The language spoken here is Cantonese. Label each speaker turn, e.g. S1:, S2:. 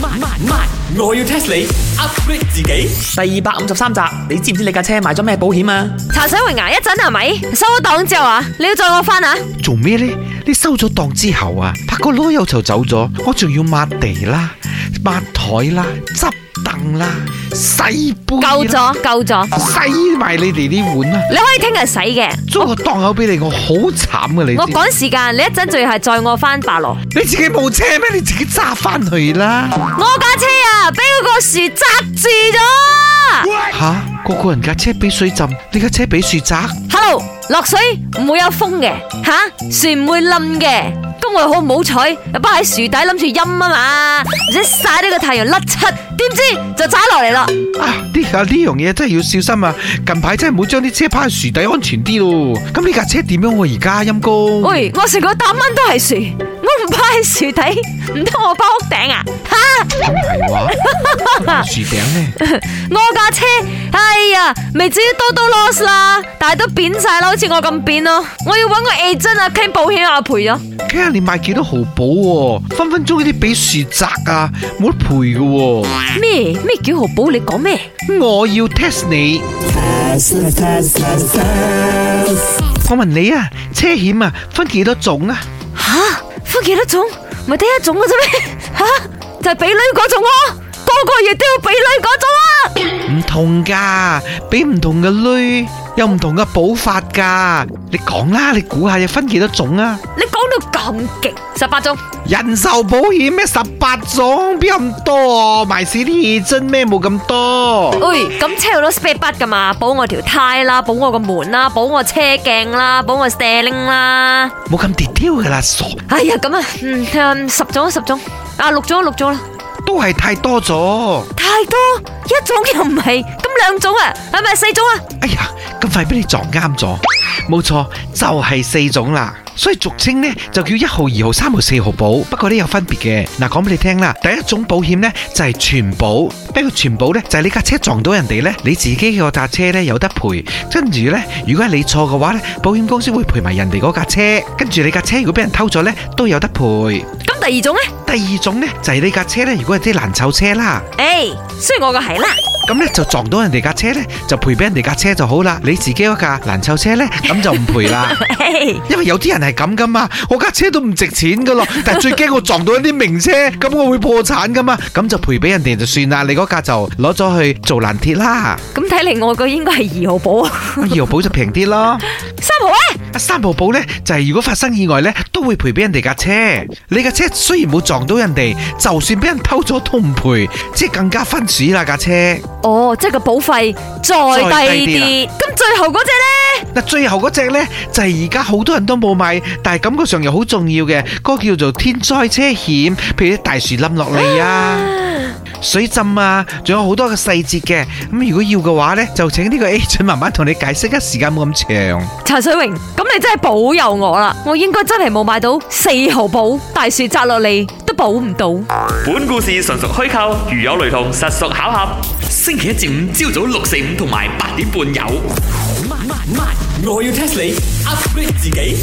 S1: 慢慢慢，我要 test 你 upgrade 自己。
S2: 第二百五十三集，你知唔知你架車買咗咩保險啊？
S3: 茶水榮牙一陣係咪收咗檔之後啊？你要載我翻啊？
S4: 做咩呢？你收咗檔之後啊，拍個籮柚就走咗，我仲要抹地啦、抹台啦、執凳啦、洗杯啦
S3: 夠咗，夠咗，
S4: 洗埋你哋啲碗啦，
S3: 你可以聽日洗嘅。
S4: 租個檔口俾你，我好慘噶你
S3: 我
S4: 知。
S3: 趕時間，你一陣仲要係載我翻白羅。
S4: 你自己冇車咩？你自己揸翻去啦。
S3: 我架車啊，俾嗰個樹砸住咗。
S4: 吓，個個人架車俾水浸，你架車俾樹砸，啊
S3: Hello，落水唔會有風嘅，吓、船唔會冧嘅。咁我好唔好彩，又包喺樹底諗住陰啊嘛，唔使晒呢個太陽甩漆，點知就踩落嚟啦。
S4: 啊！呢下呢樣嘢真係要小心啊！近排真係唔好將啲車趴喺樹底，安全啲咯。咁呢架車點樣我而家陰公？
S3: 喂，我成個打蚊都係樹，我唔趴喺樹底，唔通我包屋頂啊？吓、
S4: 係話
S3: 啊
S4: 樹頂咧。
S3: 我架車，哎呀，未至於多多 loss 啦，但係都扁晒啦，好似我咁扁咯。我要搵個 agent 啊，傾保險啊，賠咗。
S4: 睇下你買幾多毫保喎、分分鐘呢啲俾樹砸啊，冇得賠噶、喎。
S3: 咩咩叫豪寶？你講咩？
S4: 我要 test 你。我問你啊，車險啊，分幾多種啊？
S3: 吓、分幾多種？唔係得一種嘅啫咩？吓、就係俾女嗰種咯、個個月都要俾女嗰種啊！
S4: 唔同噶，俾唔同嘅類，有唔同嘅保法噶。你講啦，你估下又分幾多種啊？
S3: 你講到咁勁，十八種。
S4: 人壽保險咩十八種，邊有咁多、啊？埋市啲真咩冇咁多。
S3: 喂，咁車好多 spare part 噶嘛，保我條胎啦，保我個門啦，保我車鏡啦，保我 steering 啦。
S4: 冇咁 detail 噶啦，傻，
S3: 哎呀，咁啊，嗯，嗯十種啊十種，啊六種啊六種啦，
S4: 都係太多咗。
S3: 太多一種又唔係，咁兩種啊，係咪四種啊？
S4: 哎呀，咁快俾你撞啱咗，冇錯，就係、四種啦。所以俗稱呢，就叫一號、二號、三號、四號保，不過呢有分別嘅。嗱，講俾你聽啦，第一種保險呢，就係、全保，咩叫全保呢？就係、你架車撞到人哋呢，你自己個架車呢有得賠，跟住呢，如果係你錯嘅話呢，保險公司會賠埋人哋嗰架車，跟住你架車如果俾人偷咗呢，都有得賠。
S3: 咁第二種咧，
S4: 第二種呢，就係、你架車呢，如果係啲爛臭車啦。
S3: 誒、雖然我個係啦，
S4: 咁咧就撞到人哋架車咧，就賠俾人哋架車就好啦。你自己嗰架爛臭車咧，咁就唔賠啦。
S3: 嘿
S4: 因為有啲人係咁噶嘛，我架車都唔值錢噶咯，但係最驚我撞到一啲名車，咁我會破產噶嘛，咁就賠俾人哋就算啦。你嗰架就攞咗去做爛鐵啦，
S3: 咁睇嚟我個應該係二號保啊，
S4: 咁二號保就平啲咯。
S3: 三號咧，
S4: 三號保呢，就係、如果發生意外呢，都會賠俾人哋架車。你架車雖然冇撞到人哋，就算俾人偷咗都唔賠，即係更加分屎啦架車。
S3: 哦，即係個保費再低啲，咁最後嗰隻咧，
S4: 嗱，最後嗰只呢，就係而家好多人都冇買，但係感覺上又好重要嘅，嗰、個叫做天災車險，譬如啲大樹冧落嚟啊、水浸啊，仲有好多嘅細節嘅。咁如果要嘅話呢，就請呢個 agent 慢慢同你解釋啊，時間冇咁長。
S3: 茶水榮，咁你真係保佑我啦，我應該真係冇買到四號保，大樹砸落嚟都保唔到。
S1: 本故事純屬虛構，如有雷同，實屬巧合。星期一至五朝早六四五同埋八點半有。慢慢慢，我要 test 你 upgrade 自己。